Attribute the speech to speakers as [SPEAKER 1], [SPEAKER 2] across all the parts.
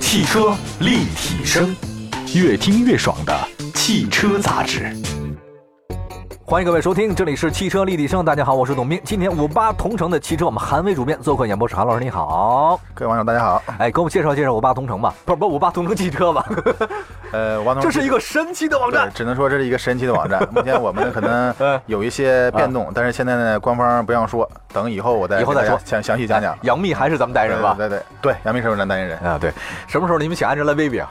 [SPEAKER 1] 汽车立体声，越听越爽的汽车杂志。
[SPEAKER 2] 欢迎各位收听，这里是汽车立体声。大家好，我是董斌。今天五八同城的汽车，我们韩威主编做客演播室。韩老师你好，
[SPEAKER 3] 各位网友大家好，
[SPEAKER 2] 哎，给我们介绍介绍五八同 城吧，不是不是五八同城汽车吧？
[SPEAKER 3] 呃，王
[SPEAKER 2] 这
[SPEAKER 3] 同
[SPEAKER 2] 是一个神奇的网
[SPEAKER 3] 嗯对
[SPEAKER 2] 站，。
[SPEAKER 3] 只能说这是一个神奇的 网站。目前我们可能有一些变动，但是现在呢，官方不让说，等以后我再
[SPEAKER 2] 嗯以后
[SPEAKER 3] 给
[SPEAKER 2] 再
[SPEAKER 3] 大家
[SPEAKER 2] 说
[SPEAKER 3] 详详细讲讲
[SPEAKER 2] 哎。杨幂还是咱们代言人吧？
[SPEAKER 3] 对对对对，杨幂是我们代言人，
[SPEAKER 2] 啊，对，什么时候你们想 Angelababy 啊？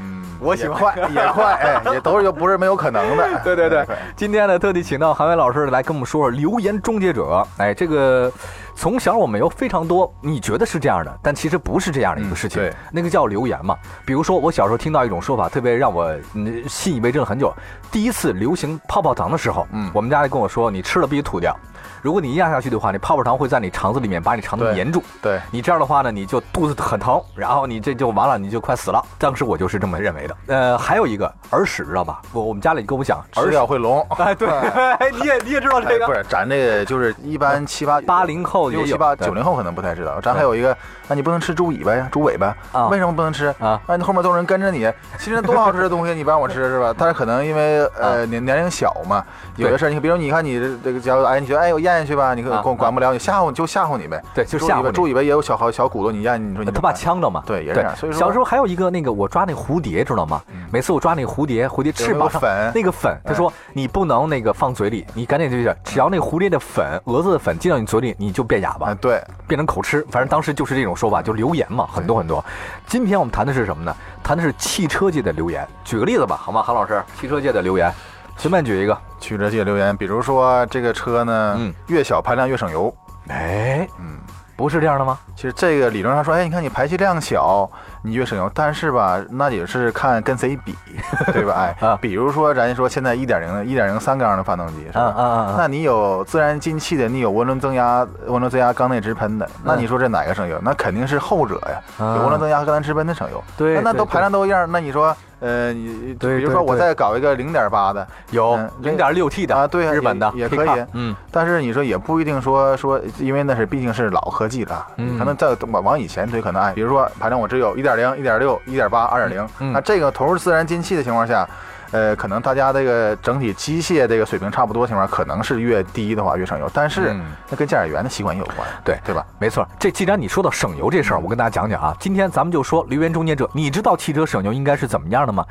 [SPEAKER 3] 嗯，
[SPEAKER 2] 我喜
[SPEAKER 3] 也
[SPEAKER 2] 欢
[SPEAKER 3] 快也快， 哎，也都是不是没有可能 的。
[SPEAKER 2] 对对对
[SPEAKER 3] 快，
[SPEAKER 2] 今天呢，特地请到韩伟老师来跟我们说说留言终结者。哎，这个从小我们有非常多你觉得是这样的，但其实不是这样的一个事情。
[SPEAKER 3] 嗯对
[SPEAKER 2] 那个叫留言嘛。比如说，我小时候听到一种说法，特别让我嗯信以为真了很久。第一次流行泡泡糖的时候，
[SPEAKER 3] 嗯
[SPEAKER 2] 我们家人跟我说，你吃了必须吐掉。如果你咽下去的话，你泡泡糖会在你肠子里面把你肠子
[SPEAKER 3] 对
[SPEAKER 2] 粘住。
[SPEAKER 3] 对，
[SPEAKER 2] 你这样的话呢，你就肚子很疼，然后你这就完了，你就快死了。当时我就是这么认为的。呃，还有一个耳屎，知道吧？我我们家里跟我讲，
[SPEAKER 3] 吃
[SPEAKER 2] 耳屎
[SPEAKER 3] 掉会聋。
[SPEAKER 2] 哎，对，哎，你也你也知道这
[SPEAKER 3] 哎，不
[SPEAKER 2] 个，
[SPEAKER 3] 是，咱这个就是一般七八
[SPEAKER 2] 八零后也
[SPEAKER 3] 六
[SPEAKER 2] 有
[SPEAKER 3] 七八
[SPEAKER 2] 对
[SPEAKER 3] 九零后可能不太知道，咱还有一个，那你不能吃猪尾巴呀，猪尾巴
[SPEAKER 2] 啊
[SPEAKER 3] 为什么不能吃
[SPEAKER 2] 啊
[SPEAKER 3] 哎那你后面都有人跟着你，其实多好吃的东西，你不让我吃是吧？但是可能因为呃年年龄小嘛，有
[SPEAKER 2] 对
[SPEAKER 3] 些事儿，你比如你看你这个，假如哎，你觉得哎我咽下去吧，你可
[SPEAKER 2] 啊
[SPEAKER 3] 管管不了，你吓唬就吓唬你呗，
[SPEAKER 2] 对，就
[SPEAKER 3] 猪
[SPEAKER 2] 吓
[SPEAKER 3] 尾巴
[SPEAKER 2] 唬
[SPEAKER 3] 猪
[SPEAKER 2] 你。
[SPEAKER 3] 尾巴也有小好小骨头，你咽你说你
[SPEAKER 2] 他怕
[SPEAKER 3] 怎么
[SPEAKER 2] 呛着嘛，
[SPEAKER 3] 对也是
[SPEAKER 2] 对
[SPEAKER 3] 这样所以说嗯
[SPEAKER 2] 小时候还有一办一个那个，我抓那蝴蝶，知道吗？每次我抓那蝴蝶，蝴蝶翅膀上
[SPEAKER 3] 有那个粉哎
[SPEAKER 2] 那个粉，他说你不能那个放嘴里，你赶紧就是，只要那蝴蝶的粉、蛾子的粉进到你嘴里，你就变哑
[SPEAKER 3] 办
[SPEAKER 2] 巴
[SPEAKER 3] 啊，，对，
[SPEAKER 2] 变成口吃。反正当时就是这种说法，就留言嘛，很多很多。今天我们谈的是什么呢？谈的是汽车界的留言。举个例子吧，好吗，韩老师？汽车界的留言，随便举一个。
[SPEAKER 3] 曲折界留言，比如说这个车呢
[SPEAKER 2] 嗯，
[SPEAKER 3] 越小排量越省油，
[SPEAKER 2] 哎，
[SPEAKER 3] 嗯。
[SPEAKER 2] 不是这样的吗？
[SPEAKER 3] 其实这个理论上说，哎，你看你排气量小，你越省油，但是吧，那也是看跟谁比， 对吧？哎，
[SPEAKER 2] 啊
[SPEAKER 3] 比如说咱说现在一点零的、一点零三缸的发动机是
[SPEAKER 2] 啊
[SPEAKER 3] 吧？
[SPEAKER 2] 啊啊！啊
[SPEAKER 3] 那你有自然进气的，你有涡轮增压、涡轮增压缸内直喷
[SPEAKER 2] 嗯
[SPEAKER 3] 的，那你说这哪个省油？那肯定是后者呀，
[SPEAKER 2] 啊
[SPEAKER 3] 有涡轮增压缸内直喷的省油。
[SPEAKER 2] 对
[SPEAKER 3] 那那
[SPEAKER 2] 对
[SPEAKER 3] 都
[SPEAKER 2] 对
[SPEAKER 3] 排量都一样，那你说，呃，你比
[SPEAKER 2] 对
[SPEAKER 3] 如
[SPEAKER 2] 对
[SPEAKER 3] 说我
[SPEAKER 2] 对
[SPEAKER 3] 再搞一个零点八的，
[SPEAKER 2] 有
[SPEAKER 3] 嗯
[SPEAKER 2] 零点六 T 的
[SPEAKER 3] 啊对啊
[SPEAKER 2] 日本的
[SPEAKER 3] 也也可以
[SPEAKER 2] K-Car 嗯，
[SPEAKER 3] 但是你说也不一定说说，因为那是毕竟是老科技了，
[SPEAKER 2] 嗯
[SPEAKER 3] 可能再往往以前推，可能哎，比如说排量我只有一点零、一点六、一点八、二点
[SPEAKER 2] 嗯
[SPEAKER 3] 零，那这个投入自然进气的情况下，呃，可能大家这个整体机械这个水平差不多的情况下，可能是越低的话越省油，但是
[SPEAKER 2] 嗯
[SPEAKER 3] 那跟驾驶员的习惯也有关，
[SPEAKER 2] 对
[SPEAKER 3] 对吧？
[SPEAKER 2] 没错。这既然你说到省油这事儿，我跟大家讲讲啊。今天咱们就说留言终结者，你知道汽车省油应该是怎么样的吗？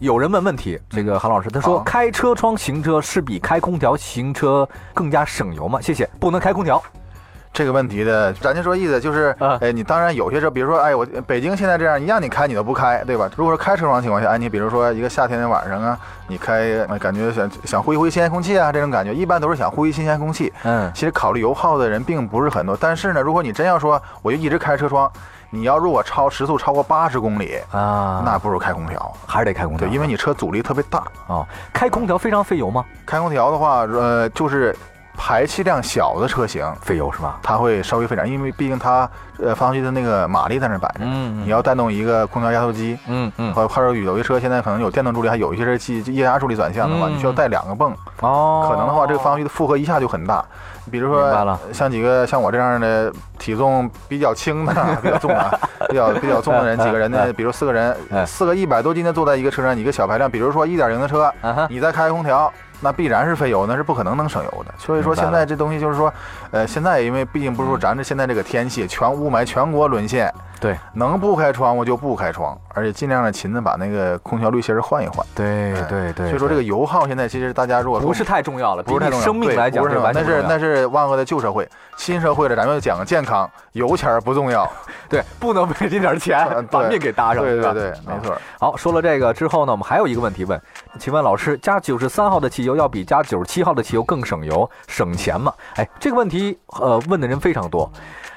[SPEAKER 2] 有人问问题，这个韩老师他说
[SPEAKER 3] 好
[SPEAKER 2] 开车窗行车是比开空调行车更加省油吗？谢谢，不能开空调。
[SPEAKER 3] 这个问题的，咱就说意思就是
[SPEAKER 2] 啊，
[SPEAKER 3] 哎，你当然有些时候，比如说，哎，我北京现在这样，你让你开你都不开，对吧？如果是开车窗的情况下，哎，你比如说一个夏天的晚上啊，你开，哎感觉想想呼一呼新鲜空气啊，这种感觉，一般都是想呼一新鲜空气。
[SPEAKER 2] 嗯，
[SPEAKER 3] 其实考虑油耗的人并不是很多，但是呢，如果你真要说我就一直开车窗，你要如果超时速超过八十公里，
[SPEAKER 2] 啊，
[SPEAKER 3] 那不如开空调，
[SPEAKER 2] 还是得开空调。啊
[SPEAKER 3] 对，因为你车阻力特别大。
[SPEAKER 2] 哦，开空调非常费油吗？
[SPEAKER 3] 开空调的话，呃，就是排气量小的车型，
[SPEAKER 2] 费油是吧？
[SPEAKER 3] 它会稍微费点，因为毕竟它呃发动机的那个马力在那摆着，
[SPEAKER 2] 嗯
[SPEAKER 3] 你要带动一个空调压缩机。
[SPEAKER 2] 嗯嗯，
[SPEAKER 3] 和还有有些车现在可能有电动助力，还有一些是机液压助力转向的话，
[SPEAKER 2] 嗯
[SPEAKER 3] 你需要带两个泵，
[SPEAKER 2] 哦，
[SPEAKER 3] 可能的话这个发动机的负荷一下就很大。比如
[SPEAKER 2] 明白了
[SPEAKER 3] 说像几个像我这样的体重比较轻的、 比较重啊、比较比较重 的人，几个人呢，比如四个人
[SPEAKER 2] 哎，
[SPEAKER 3] 四个一百多斤的坐在一个车上，一个小排量，比如说一点零的车，
[SPEAKER 2] 啊 哈，
[SPEAKER 3] 你再开空调，那必然是费油，那是不可能能省油的。所以说
[SPEAKER 2] 明白了
[SPEAKER 3] 现在这东西就是说，呃，现在因为毕竟不是说咱这现在这个天气，全雾霾全国沦陷，
[SPEAKER 2] 对
[SPEAKER 3] 能不开窗户就不开窗，而且尽量的勤的把那个空调滤芯儿换一换。
[SPEAKER 2] 对
[SPEAKER 3] 哎
[SPEAKER 2] 对对，
[SPEAKER 3] 所以说这
[SPEAKER 2] 个
[SPEAKER 3] 个油耗现在其实大家如果说
[SPEAKER 2] 不是太重要了，
[SPEAKER 3] 不是
[SPEAKER 2] 比
[SPEAKER 3] 太
[SPEAKER 2] 你
[SPEAKER 3] 重要
[SPEAKER 2] 生命
[SPEAKER 3] 对
[SPEAKER 2] 来讲
[SPEAKER 3] 不是
[SPEAKER 2] 这
[SPEAKER 3] 太
[SPEAKER 2] 完
[SPEAKER 3] 重
[SPEAKER 2] 全不
[SPEAKER 3] 要
[SPEAKER 2] 重
[SPEAKER 3] 那
[SPEAKER 2] 要
[SPEAKER 3] 是那是万恶的旧社会，新社会了，咱们讲健康，油钱儿不重要。
[SPEAKER 2] 对，不能为这点儿
[SPEAKER 3] 啊
[SPEAKER 2] 钱
[SPEAKER 3] 对
[SPEAKER 2] 把命给搭上。
[SPEAKER 3] 对
[SPEAKER 2] 是吧
[SPEAKER 3] 对对，没。错
[SPEAKER 2] 啊。好，说了这个之后呢，我们还有一个问题问，请问老师，加九十三号的汽油要比加九十七号的汽油更省油、省钱吗？哎，这个问题呃问的人非常多。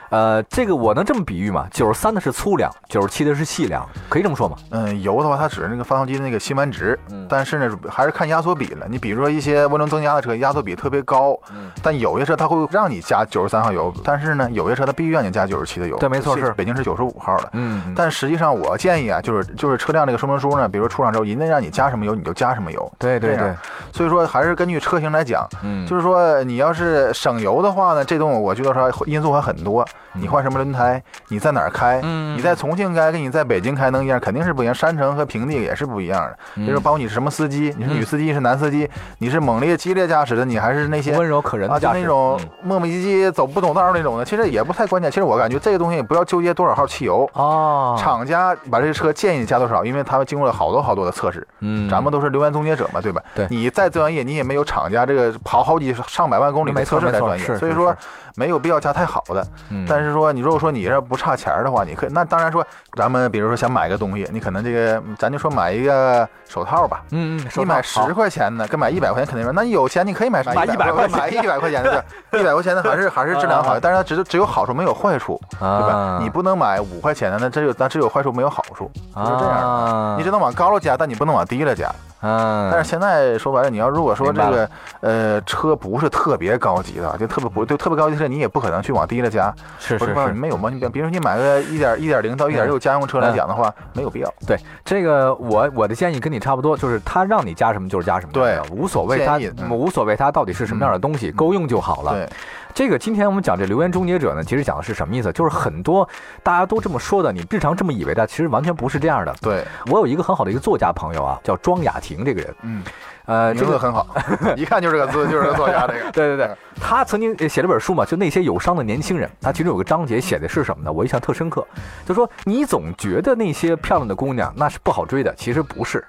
[SPEAKER 2] 呃，这个我能这么比喻吗？九十三的是粗粮，九十七的是细粮，可以这么说吗？
[SPEAKER 3] 嗯，油的话，它只是那个发动机那个辛烷值，
[SPEAKER 2] 嗯
[SPEAKER 3] 但是呢，还是看压缩比了。你比如说一些涡轮增压的车，压缩比特别高，
[SPEAKER 2] 嗯
[SPEAKER 3] 但有些车它会让你加九十三号油，但是呢，有些车它必须让你加九十七的油。
[SPEAKER 2] 对没错是
[SPEAKER 3] 北京是九十五号的。
[SPEAKER 2] 嗯，
[SPEAKER 3] 但实际上，我建议啊，就是就是车辆这个说明书呢，比如说出厂之后，人家让你加什么油你就加什么油。
[SPEAKER 2] 对对
[SPEAKER 3] 这
[SPEAKER 2] 对
[SPEAKER 3] 样，所以说还是根据车型来讲，
[SPEAKER 2] 嗯，
[SPEAKER 3] 就是说你要是省油的话呢，这种我觉得说因素还很多。
[SPEAKER 2] 嗯
[SPEAKER 3] 你换什么轮胎，你在哪儿开，
[SPEAKER 4] 嗯
[SPEAKER 3] 你在重庆开跟你在北京开能一样，肯定是不一样，山城和平地也是不一样的。
[SPEAKER 2] 嗯
[SPEAKER 3] 所以说，包括你是什么司机，你是女司机，你是男司机，你是猛烈激烈驾驶的，你还是那些
[SPEAKER 2] 温柔可人的
[SPEAKER 3] 啊，就
[SPEAKER 2] 驾驶，
[SPEAKER 3] 那种
[SPEAKER 2] 嗯
[SPEAKER 3] 磨磨唧唧、走不懂道儿那种的，其实也不太关键。其实我感觉这个东西也不要纠结多少号汽油，
[SPEAKER 2] 哦，
[SPEAKER 3] 厂家把这车建议加多少，因为他们经过了好多好多的测试，
[SPEAKER 2] 嗯，
[SPEAKER 3] 咱们都是留言终结者嘛，对吧？
[SPEAKER 2] 对
[SPEAKER 3] 你再专业，你也没有厂家这个跑好几上百万公里的
[SPEAKER 2] 没错
[SPEAKER 3] 测试来
[SPEAKER 2] 没错
[SPEAKER 3] 专业，
[SPEAKER 2] 是
[SPEAKER 3] 所以
[SPEAKER 2] 是
[SPEAKER 3] 说
[SPEAKER 2] 是
[SPEAKER 3] 没有必要加太好的。
[SPEAKER 2] 嗯，
[SPEAKER 3] 但是说你如果说你要不差钱儿的话，你可以那当然说咱们比如说想买个东西，你可能这个咱就说买一个手套吧。
[SPEAKER 2] 嗯嗯，
[SPEAKER 3] 你
[SPEAKER 2] 手
[SPEAKER 3] 买
[SPEAKER 2] 套好
[SPEAKER 3] 十块钱的跟买一百块钱肯定没有，那你有钱你可以买
[SPEAKER 2] 买
[SPEAKER 3] 100
[SPEAKER 2] 100块钱 嗯
[SPEAKER 3] 买一百块钱的，对，一百块钱的还是 还是质量好，但是它只只有好处没有坏处，对吧
[SPEAKER 2] 啊？
[SPEAKER 3] 你不能买五块钱的，那只有那只有坏处没有好处，就是这样。
[SPEAKER 2] 啊，
[SPEAKER 3] 你只能往高了加，但你不能往低了加。
[SPEAKER 2] 嗯，
[SPEAKER 3] 但是现在说白了，你要如果说这
[SPEAKER 2] 明白
[SPEAKER 3] 个呃车不是特别高级的，就特别
[SPEAKER 2] 嗯
[SPEAKER 3] 不就特别高级的车，你也不可能去往低了加，
[SPEAKER 2] 是是
[SPEAKER 3] 不是嗯吧？
[SPEAKER 2] 是，
[SPEAKER 3] 没有毛病。比如说你买个一点一点零到一点六家用车来讲的话，没有必要。
[SPEAKER 2] 对这个我我的建议跟你差不多，就是他让你加什么就是加什么，
[SPEAKER 3] 对
[SPEAKER 2] 无所谓他
[SPEAKER 3] 建议嗯嗯
[SPEAKER 2] 无所谓他到底是什么样的东西，够用就好了。
[SPEAKER 3] 对，
[SPEAKER 2] 这个今天我们讲这留言终结者呢，其实讲的是什么意思？就是很多大家都这么说的，你日常这么以为的，其实完全不是这样的。
[SPEAKER 3] 对，
[SPEAKER 2] 我有一个很好的一个作家朋友啊，叫庄雅婷这个人，
[SPEAKER 3] 嗯，
[SPEAKER 2] 呃，这
[SPEAKER 3] 名字
[SPEAKER 2] 个
[SPEAKER 3] 很好， 一看就是个字， 就是个作家这个。
[SPEAKER 2] 对对对，他曾经呃写了本书嘛，就那些有伤的年轻人，
[SPEAKER 3] 嗯
[SPEAKER 2] 他其中有个章节写的是什么呢？我印象特深刻，就说你总觉得那些漂亮的姑娘那是不好追的，其实不是。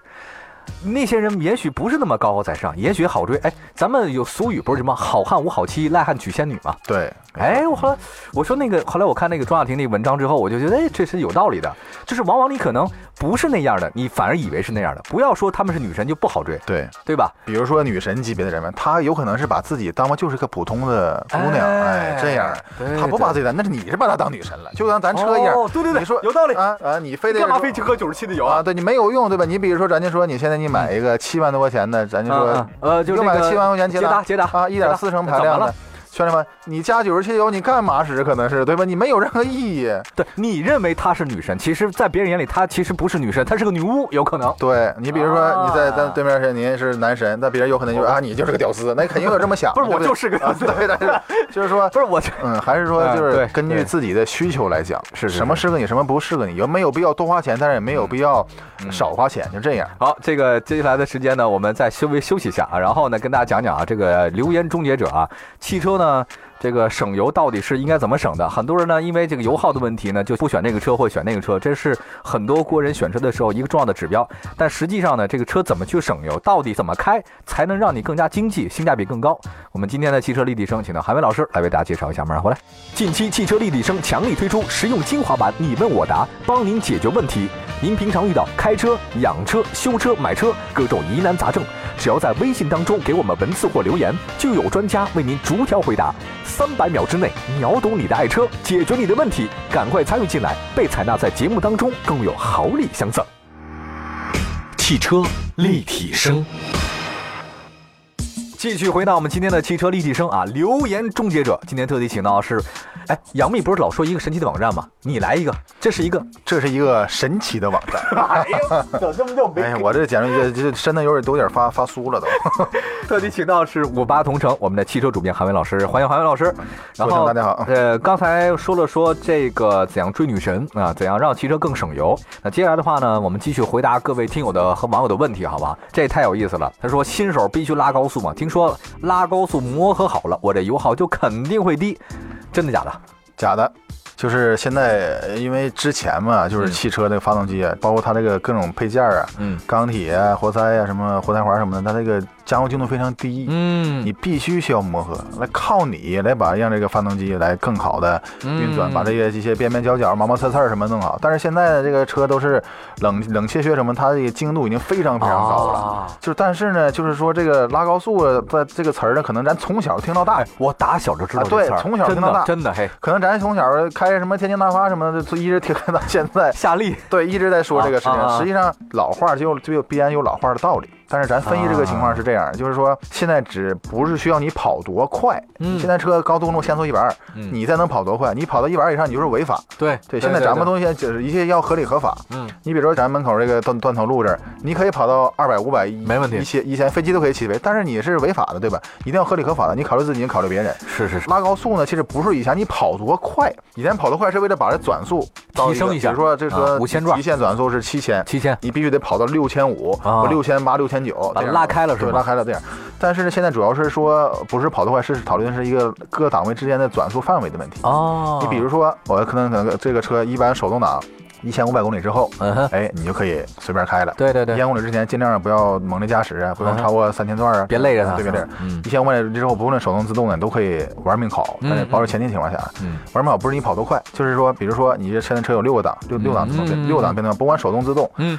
[SPEAKER 2] 那些人也许不是那么高高在上，也许好追。哎，咱们有俗语不是什么“好汉无好妻，赖汉娶仙女”嘛？
[SPEAKER 3] 对，嗯
[SPEAKER 2] 哎，我后来我说那个，后来我看那个庄雅婷那文章之后，我就觉得，哎，这是有道理的。就是往往你可能不是那样的，你反而以为是那样的。不要说她们是女神就不好追，
[SPEAKER 3] 对，
[SPEAKER 2] 对吧？
[SPEAKER 3] 比如说女神级别的人们，她有可能是把自己当做就是个普通的姑娘，
[SPEAKER 2] 哎
[SPEAKER 3] 哎，这样
[SPEAKER 2] 对，
[SPEAKER 3] 她不把自己当，那是你是把她当女神了，就像咱车一样。
[SPEAKER 2] 哦对对对
[SPEAKER 3] 你说
[SPEAKER 2] 有道理
[SPEAKER 3] 啊啊，你非得
[SPEAKER 2] 干嘛
[SPEAKER 3] 说
[SPEAKER 2] 非去喝九十七的油
[SPEAKER 3] 啊？？对你没有用，对吧？你比如说，咱就说你现在你买一个七万多块钱的，咱就
[SPEAKER 2] 嗯
[SPEAKER 3] 说
[SPEAKER 2] 嗯呃，就
[SPEAKER 3] 又
[SPEAKER 2] 是
[SPEAKER 3] 买七万块钱
[SPEAKER 2] 捷达，捷达
[SPEAKER 3] 啊，一点四升排量
[SPEAKER 2] 怎么
[SPEAKER 3] 的
[SPEAKER 2] 了。
[SPEAKER 3] 兄弟们，你加九十七油，你干嘛使？可能是对吧？你没有任何意义。
[SPEAKER 2] 对你认为她是女神，其实，在别人眼里，她其实不是女神，她是个女巫，有可能。
[SPEAKER 3] 对你，比如
[SPEAKER 2] 啊
[SPEAKER 3] 说你在咱对面是您是男神，那别人有可能就是啊，你就是个屌丝，那肯定有这么想。
[SPEAKER 2] 不是，我
[SPEAKER 3] 对
[SPEAKER 2] 就是个，
[SPEAKER 3] 啊，对对， 对就是说
[SPEAKER 2] 不是我，
[SPEAKER 3] 嗯，还是说
[SPEAKER 2] 哎
[SPEAKER 3] 就
[SPEAKER 2] 对
[SPEAKER 3] 是根
[SPEAKER 2] 对
[SPEAKER 3] 据自己的需求来讲，
[SPEAKER 2] 是是
[SPEAKER 3] 什么适合你，什么不适合你，有没有必要多花钱，但是也没有必要
[SPEAKER 2] 嗯
[SPEAKER 3] 少花钱，就这样。
[SPEAKER 2] 好，这个接下来的时间呢，我们再稍微休息一下啊，然后呢，跟大家讲讲啊，这个留言终结者啊，汽车呢，这个省油到底是应该怎么省的？很多人呢，因为这个油耗的问题呢，就不选这个车或选那个车，这是很多国人选车的时候一个重要的指标。但实际上呢，这个车怎么去省油，到底怎么开才能让你更加经济，性价比更高？我们今天的汽车立体声，请到韩伟老师来为大家介绍一下，马上回来。近期汽车立体声强力推出实用精华版“你问我答”，帮您解决问题。您平常遇到开车、养车、修车、买车各种疑难杂症，只要在微信当中给我们文字或留言，就有专家为您逐条回答。三百秒之内秒懂你的爱车，解决你的问题，赶快参与进来，被采纳在节目当中更有豪礼相赠。
[SPEAKER 1] 汽车立体声，
[SPEAKER 2] 继续回到我们今天的汽车立体声啊，留言终结者，今天特地请到的是，哎，杨幂不是老说一个神奇的网站吗？你来一个，这是一个，
[SPEAKER 3] 这是一个神奇的网 站。
[SPEAKER 2] 哎呀，怎么就
[SPEAKER 3] 哎呀，我这简直这这身子有点都有点发发酥了都。
[SPEAKER 2] 特地请到是五八同城我们的汽车主编韩伟老师，欢迎韩伟老师。然
[SPEAKER 3] 各位
[SPEAKER 2] 后
[SPEAKER 3] 大家好
[SPEAKER 2] 呃，刚才说了说这个怎样追女神啊、怎样让汽车更省油。那接下来的话呢，我们继续回答各位听友的和网友的问题，好吧？这也太有意思了。他说新手必须拉高速嘛，听说拉高速磨合好了，我这油耗就肯定会低，真的假的？
[SPEAKER 3] 假的，就是现在呃因为之前嘛，就是
[SPEAKER 2] 嗯
[SPEAKER 3] 汽车的发动机啊，包括它这个各种配件啊，
[SPEAKER 2] 嗯
[SPEAKER 3] 钢铁啊、活塞啊、什么活塞环什么的，它这个加工精度非常低。
[SPEAKER 2] 嗯
[SPEAKER 3] 你必须需要磨合，来靠你来把让这个发动机来更好的运转，
[SPEAKER 2] 嗯
[SPEAKER 3] 把这些这些边边角角、毛毛刺刺儿什么弄好。但是现在的这个车都是冷冷却靴什么，它这个精度已经非常非常高了。
[SPEAKER 2] 啊
[SPEAKER 3] 就是但是呢，就是说这个拉高速啊在这个词儿呢，可能咱从小听到大
[SPEAKER 2] 哎，，我哎打小就知道
[SPEAKER 3] 啊
[SPEAKER 2] 这
[SPEAKER 3] 对
[SPEAKER 2] 词儿
[SPEAKER 3] 从小
[SPEAKER 2] 真
[SPEAKER 3] 听到
[SPEAKER 2] 的
[SPEAKER 3] 大
[SPEAKER 2] 真的嘿，
[SPEAKER 3] 可能咱从小开什么天津大发什么的，就一直听到现在。
[SPEAKER 2] 夏利
[SPEAKER 3] 对，一直在说这个事情。
[SPEAKER 2] 啊啊啊
[SPEAKER 3] 实际上，老话就有就有必然有老话的道理，但是咱分析这个情况是这样，就是说现在只不是需要你跑多快，
[SPEAKER 2] 嗯
[SPEAKER 3] 现在车高速公路限速一百二，
[SPEAKER 2] 嗯
[SPEAKER 3] 你再能跑多快？你跑到一百二以上，你就是违法。
[SPEAKER 2] 对
[SPEAKER 3] 对，现在咱
[SPEAKER 2] 对
[SPEAKER 3] 们东西就是一切要合理合法。
[SPEAKER 2] 嗯，
[SPEAKER 3] 你比如说咱门口这个断断头路这儿，你可以跑到二百、五百，
[SPEAKER 2] 没问题
[SPEAKER 3] 一千一千飞机都可以起飞，但是你是违法的，对吧？一定要合理合法的，你考虑自己，你考虑别人。
[SPEAKER 2] 是是是，
[SPEAKER 3] 拉高速呢，其实不是以前你跑多快，以前跑多快是为了把这转速到
[SPEAKER 2] 提升
[SPEAKER 3] 个
[SPEAKER 2] 一下
[SPEAKER 3] 比如说这
[SPEAKER 2] 啊
[SPEAKER 3] 车
[SPEAKER 2] 5000转
[SPEAKER 3] 极限转速是七千，
[SPEAKER 2] 七千
[SPEAKER 3] 你必须得跑到六千五
[SPEAKER 2] 啊
[SPEAKER 3] 或六千八、六千九，
[SPEAKER 2] 把它拉开了是
[SPEAKER 3] 对，
[SPEAKER 2] 吗
[SPEAKER 3] 拉开了这样。但是呢，现在主要是说不是跑得快，是讨论的是一个各档位之间的转速范围的问题。
[SPEAKER 2] 哦，
[SPEAKER 3] 你比如说，我可能可能这个车一般手动挡一千五百公里之后，
[SPEAKER 2] 嗯哼，
[SPEAKER 3] 哎，你就可以随便开了。
[SPEAKER 2] 对对
[SPEAKER 3] 一
[SPEAKER 2] 对，
[SPEAKER 3] 千公里之前尽量不要猛力驾驶啊，不
[SPEAKER 2] 嗯
[SPEAKER 3] 能超过三千转啊，
[SPEAKER 2] 别累着它，
[SPEAKER 3] 对别累着。
[SPEAKER 2] 嗯
[SPEAKER 3] 一千五百公里之后，不论手动自动的，你都可以玩命跑，
[SPEAKER 2] 嗯
[SPEAKER 3] 但是保有前提情况下，
[SPEAKER 2] 嗯
[SPEAKER 3] 玩命跑不是你跑多快，就是说，比如说你这现在车有六个档，六六档自动
[SPEAKER 2] 嗯
[SPEAKER 3] 变，六档变速箱，不管手动自动，
[SPEAKER 2] 嗯，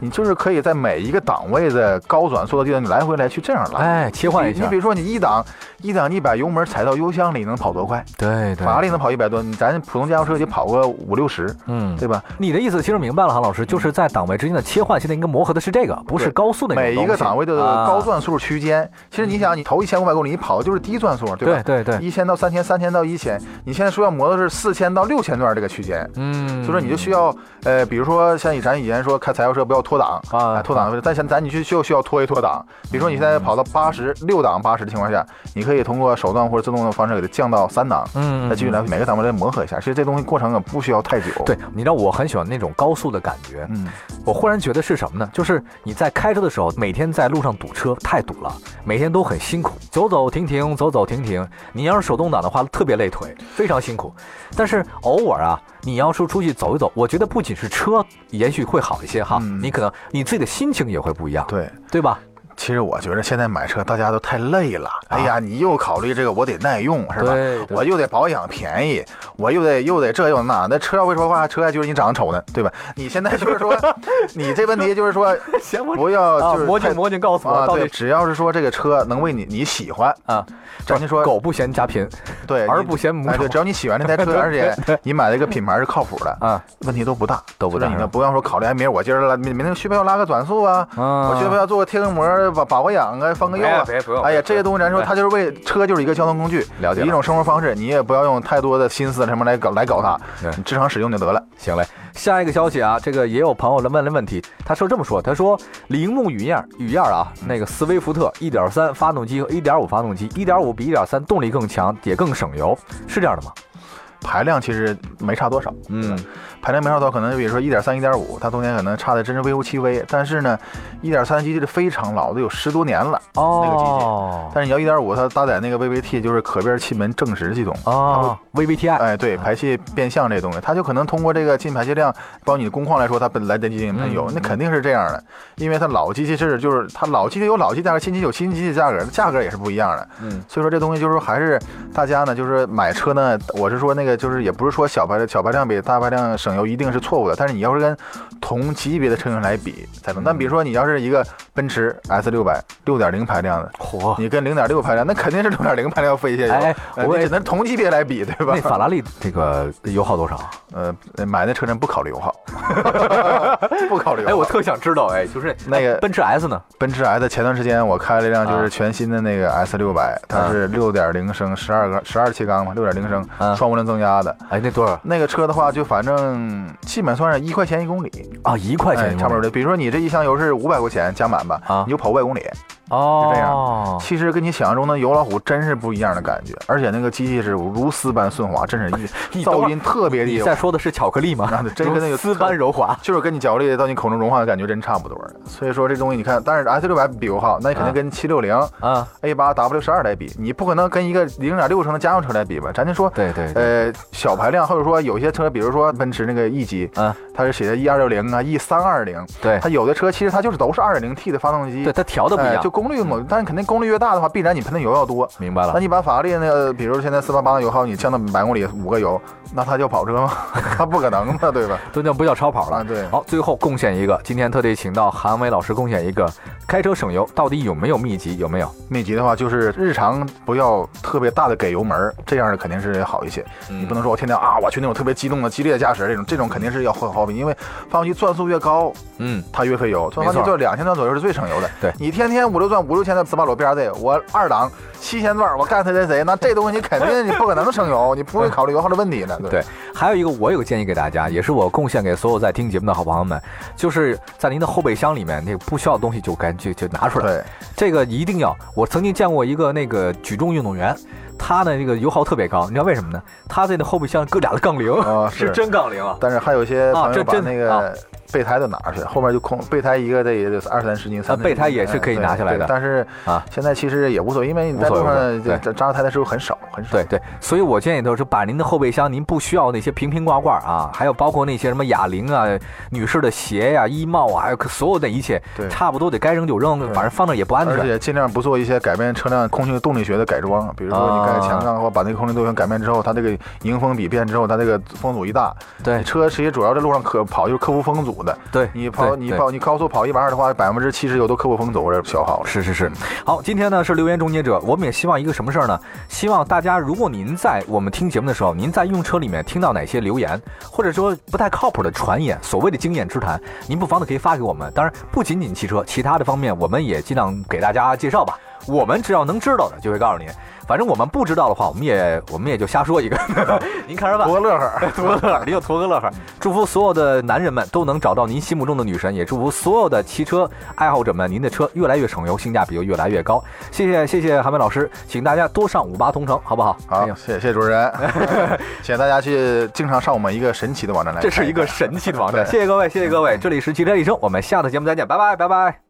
[SPEAKER 3] 你就是可以在每一个档位的高转速的地方，你来回来去这样来。
[SPEAKER 2] 哎，切换一
[SPEAKER 3] 你你
[SPEAKER 2] 下
[SPEAKER 3] 比，如说你一档一档你把油门踩到油箱里能跑多快？
[SPEAKER 2] 对对，
[SPEAKER 3] 法拉利能跑一百多，你咱普通家用车就跑个五六十，
[SPEAKER 2] 嗯，
[SPEAKER 3] 对吧？嗯
[SPEAKER 2] 你的意思其实明白了，韩老师，就是在档位之间的切换，现在应该磨合的是这个，不是
[SPEAKER 3] 对
[SPEAKER 2] 高速那
[SPEAKER 3] 每一个档位的高
[SPEAKER 2] 速，
[SPEAKER 3] 转速区间，其实你想，你头一千五百公里，你跑的就是低转速，
[SPEAKER 2] 对
[SPEAKER 3] 吧？
[SPEAKER 2] 对对，
[SPEAKER 3] 一千到三千，三千到一千，你现在说要磨的是四千到六千段这个区间，
[SPEAKER 2] 嗯，
[SPEAKER 3] 所以说你就需要，呃，比如说像以咱以前说开柴油车不要脱档
[SPEAKER 2] 啊
[SPEAKER 3] 脱档，但现咱你去就需要脱一脱档。比如说你现在跑到八十六档八十的情况下，你可以通过手动或者自动的方式给它降到三档，
[SPEAKER 2] 嗯，嗯
[SPEAKER 3] 再继续来每个档位来磨合一下。其实这东西过程啊不需要太久。
[SPEAKER 2] 对，，你知道我很喜欢那种高速的感觉。
[SPEAKER 3] 嗯，
[SPEAKER 2] 我忽然觉得是什么呢？就是你在开车的时候，每天在路上堵车太堵了，每天都很辛苦，走走停停，走走停停。你要是手动挡的话，特别累腿，非常辛苦。但是偶尔啊，你要说出去走一走，我觉得不仅是车也许会好一些哈，
[SPEAKER 3] 嗯
[SPEAKER 2] 你可能你自己的心情也会不一样，
[SPEAKER 3] 对。
[SPEAKER 2] 对吧？
[SPEAKER 3] 其实我觉得现在买车大家都太累了，哎呀，你又考虑这个我得耐用是吧
[SPEAKER 2] 对？对
[SPEAKER 3] 我又得保养便宜，我又得又得这又那，那车要会说话，车还觉得你长得丑呢，对吧？你现在就是说，你这问题就 是说，
[SPEAKER 2] 行，
[SPEAKER 3] 不要
[SPEAKER 2] 啊
[SPEAKER 3] 就，是
[SPEAKER 2] 魔镜
[SPEAKER 3] 太
[SPEAKER 2] 魔镜告诉我
[SPEAKER 3] 啊，
[SPEAKER 2] 到
[SPEAKER 3] 对，
[SPEAKER 2] 底
[SPEAKER 3] 只要是说这个车能为你你喜欢，
[SPEAKER 2] 啊，
[SPEAKER 3] 咱就说
[SPEAKER 2] 狗不嫌家贫，
[SPEAKER 3] 对，
[SPEAKER 2] 儿
[SPEAKER 3] 你
[SPEAKER 2] 不嫌母
[SPEAKER 3] 哎，对，只
[SPEAKER 2] 丑
[SPEAKER 3] 要你喜欢这 台车，而且你买的一个品牌是靠谱的，
[SPEAKER 2] 啊，
[SPEAKER 3] 问题都不大，
[SPEAKER 2] 都不大
[SPEAKER 3] 就是你
[SPEAKER 2] 是
[SPEAKER 3] 呢
[SPEAKER 2] 吧
[SPEAKER 3] 不要说考虑，哎，明儿我今儿拉，明明天需不需要拉个转速啊？
[SPEAKER 2] 啊
[SPEAKER 3] 我需不需要做个贴个膜，把把个氧啊，翻个釉啊？
[SPEAKER 2] 别别不用
[SPEAKER 3] 哎呀，
[SPEAKER 2] 不
[SPEAKER 3] 这
[SPEAKER 2] 用
[SPEAKER 3] 些东西咱说，它就是为车就是一个交通工具，
[SPEAKER 2] 了解了
[SPEAKER 3] 一种生活方式，你也不要用太多的心思什么来搞来搞它
[SPEAKER 2] 对，
[SPEAKER 3] 你正常使用就得了。
[SPEAKER 2] 行嘞，下一个消息啊，这个也有朋友来问了问题，他说这么说，他说铃木雨燕雨燕啊，那个斯威夫特1.3发动机和1.5发动机，1.5比1.3动力更强，也更省油，是这样的吗？
[SPEAKER 3] 排量其实没差多少，
[SPEAKER 2] 嗯，
[SPEAKER 3] 排量没差多少，可能就比如说一点三、一点五，它中间可能差的真是微乎其微。但是呢，一点三机是非常老的，有十多年了。
[SPEAKER 2] 哦，
[SPEAKER 3] 但是你要一点五，它搭载那个 VVT 就是可变气门正时系统。
[SPEAKER 2] 哦，VVTi，
[SPEAKER 3] 哎，对，排气变相这东西，它就可能通过这个进排气量，包括你的工况来说，它本来的进行喷油，
[SPEAKER 2] 嗯
[SPEAKER 3] 那肯定是这样的，因为它老机器是就是它老机器有老机器价格，新机器有新机器价格，价格也是不一样的。
[SPEAKER 2] 嗯，
[SPEAKER 3] 所以说这东西就是说还是大家呢，就是买车呢，我是说那个就是也不是说小排小排量比大排量省油一定是错误的，但是你要是跟同级别的车型来比才能。那比如说你要是一个奔驰 S 六百六点零排量的。
[SPEAKER 2] 嚯，
[SPEAKER 3] 你跟零点六排量，那肯定是六点零排量费一些油，
[SPEAKER 2] 哎
[SPEAKER 3] 呃
[SPEAKER 2] 我
[SPEAKER 3] 你
[SPEAKER 2] 也
[SPEAKER 3] 只能同级别来比，对吧？
[SPEAKER 2] 那法拉利这个油耗多少？啊
[SPEAKER 3] 呃，买那车真不考虑 油耗，不考虑油耗。
[SPEAKER 2] 哎，我特想知道，哎，就是
[SPEAKER 3] 那个
[SPEAKER 2] 哎奔驰 S 呢？
[SPEAKER 3] 奔驰 S 前段时间我开了一辆就
[SPEAKER 2] 啊
[SPEAKER 3] 是全新的那个 S 六百，它是六点零升十二个十二气缸嘛，六点零升
[SPEAKER 2] 啊
[SPEAKER 3] 双涡轮增压的。
[SPEAKER 2] 哎，那多少
[SPEAKER 3] 那个车的话，就反正基本算是一块钱一公里，
[SPEAKER 2] 啊？一块
[SPEAKER 3] 哎
[SPEAKER 2] 钱一公里，
[SPEAKER 3] 差不多的。比如说你这一箱油是五百块钱加满吧，
[SPEAKER 2] 啊
[SPEAKER 3] 你就跑五百公里，
[SPEAKER 2] 哦，
[SPEAKER 3] 是这其实跟你想象中的油老虎真是不一样的感觉，而且那个机器是如丝般顺滑，真是一
[SPEAKER 2] 你等会儿
[SPEAKER 3] 噪音特别
[SPEAKER 2] 你
[SPEAKER 3] 低，
[SPEAKER 2] 在说的是巧克力吗
[SPEAKER 3] 啊对？真跟那个
[SPEAKER 2] 丝般柔滑。
[SPEAKER 3] 就是跟你嚼力到你口中融化的感觉真差不多的。所以说这东西你看，但是 S 六百比油耗，那你肯定跟七六零、
[SPEAKER 2] 啊，
[SPEAKER 3] A 八 W 十二来比，你不可能跟一个零点六升的家用车来比吧？咱就说。
[SPEAKER 2] 对对，对
[SPEAKER 3] 呃，小排量或者说有些车，比如说奔驰那个 E 级，
[SPEAKER 2] 啊，
[SPEAKER 3] 它是写的 E 二六零啊，E 三二零，
[SPEAKER 2] 对
[SPEAKER 3] 它有的车其实它就是都是二点零 T 的发动机，
[SPEAKER 2] 对，它调的不一
[SPEAKER 3] 哎
[SPEAKER 2] 样嗯啊
[SPEAKER 3] 就。功率猛，但是肯定功率越大的话，必然你喷的油要多。
[SPEAKER 2] 明白
[SPEAKER 3] 那
[SPEAKER 2] 了，
[SPEAKER 3] 你把法拉利那个，比如现在四八八的油耗，你降到百公里五个油，那它叫跑车 吗？ 它不可能的，对吧？
[SPEAKER 2] 都叫不叫超跑了？
[SPEAKER 3] 啊，对。
[SPEAKER 2] 好，最后贡献一个，今天特地请到韩伟老师贡献一个，开车省油到底有没有秘籍？有没有？
[SPEAKER 3] 密集的话，就是日常不要特别大的给油门儿，这样的肯定是好一些。
[SPEAKER 2] 嗯
[SPEAKER 3] 你不能说我天天啊，我去那种特别激动的激烈驾驶，这种这种肯定是要耗耗毛病，因为发动机转速越高，
[SPEAKER 2] 嗯，
[SPEAKER 3] 它越费油。
[SPEAKER 2] 没
[SPEAKER 3] 转
[SPEAKER 2] 错
[SPEAKER 3] 发动机就两千转左右是最省油的。
[SPEAKER 2] 对
[SPEAKER 3] 你天天五六转五六千的斯巴鲁 BRZ，我二档七千转，我干谁谁谁，那这东西你肯定你不可能省油，你不会考虑油耗的问题的。
[SPEAKER 2] 对，还有一个我有个建议给大家，也是我贡献给所有在听节目的好朋友们，就是在您的后备箱里面那个不需要的东西就赶紧就拿出来，
[SPEAKER 3] 对，
[SPEAKER 2] 这个一定要。我曾经见过一个那个举重运动员，他的这个油耗特别高，你知道为什么呢？他在那后备箱搁俩的杠铃，
[SPEAKER 3] 啊是
[SPEAKER 2] 是真杠铃啊。
[SPEAKER 3] 但是还有一些
[SPEAKER 2] 啊
[SPEAKER 3] 朋
[SPEAKER 2] 这
[SPEAKER 3] 友把
[SPEAKER 2] 真
[SPEAKER 3] 那
[SPEAKER 2] 啊
[SPEAKER 3] 个备胎都拿出来，后面就空备胎一个得也得二三十斤，三
[SPEAKER 2] 啊备胎也是可以拿下来的
[SPEAKER 3] 但是
[SPEAKER 2] 啊
[SPEAKER 3] 现在其实也无所谓，因为你
[SPEAKER 2] 无
[SPEAKER 3] 在
[SPEAKER 2] 所
[SPEAKER 3] 路
[SPEAKER 2] 谓无
[SPEAKER 3] 上
[SPEAKER 2] 所谓
[SPEAKER 3] 这扎胎的时候很少很少。
[SPEAKER 2] 对对，所以我建议都是把您的后备箱，您不需要那些瓶瓶罐罐
[SPEAKER 3] 嗯
[SPEAKER 2] 啊，还有包括那些什么哑铃啊、女士的鞋呀、衣帽啊，还有所有的一切，
[SPEAKER 3] 对
[SPEAKER 2] 差不多得该扔就扔，反正放那也不安
[SPEAKER 3] 而
[SPEAKER 2] 全。
[SPEAKER 3] 且尽量不做一些改变车辆空气动力学的改装，比如说你盖
[SPEAKER 2] 啊
[SPEAKER 3] 前杠或把那个空气动力学改变之后，它这个迎风比变之后，它这个风阻 一大，
[SPEAKER 2] 对
[SPEAKER 3] 车其实主要在路上可跑就是克服风阻的。
[SPEAKER 2] 对，
[SPEAKER 3] 你
[SPEAKER 2] 对
[SPEAKER 3] 跑你
[SPEAKER 2] 对
[SPEAKER 3] 跑你高速跑一百二的话，百分之七十油都克服风阻或者消耗了。
[SPEAKER 2] 是是是，好，今天呢是留言终结者，我们也希望一个什么事儿呢？希望大家，如果您在我们听节目的时候，您在用车里面听到哪些留言，或者说不太靠谱的传言，所谓的经验之谈，您不妨的可以发给我们。当然，不仅仅汽车，其他的方面我们也尽量给大家介绍吧。我们只要能知道的，就会告诉您。反正我们不知道的话，我们也我们也就瞎说一个， 您看着办
[SPEAKER 3] 图。个 乐呵，
[SPEAKER 2] 图个乐呵，你就图个乐呵。祝福所有的男人们都能找到您心目中的女神，也祝福所有的骑车爱好者们，您的车越来越省油，性价比就越来越高。谢谢谢谢韩梅老师，请大家多上五八同城，好不好？
[SPEAKER 3] 好
[SPEAKER 2] 哎，呀
[SPEAKER 3] 谢谢谢谢主持 人，请大家去经常上我们一个神奇的网站来看
[SPEAKER 2] 这
[SPEAKER 3] 看。
[SPEAKER 2] 是一个神奇的网站。
[SPEAKER 3] 对
[SPEAKER 2] 谢谢各位，谢谢各位，这里是汽车立生，我们下次节目再见，拜拜，拜拜。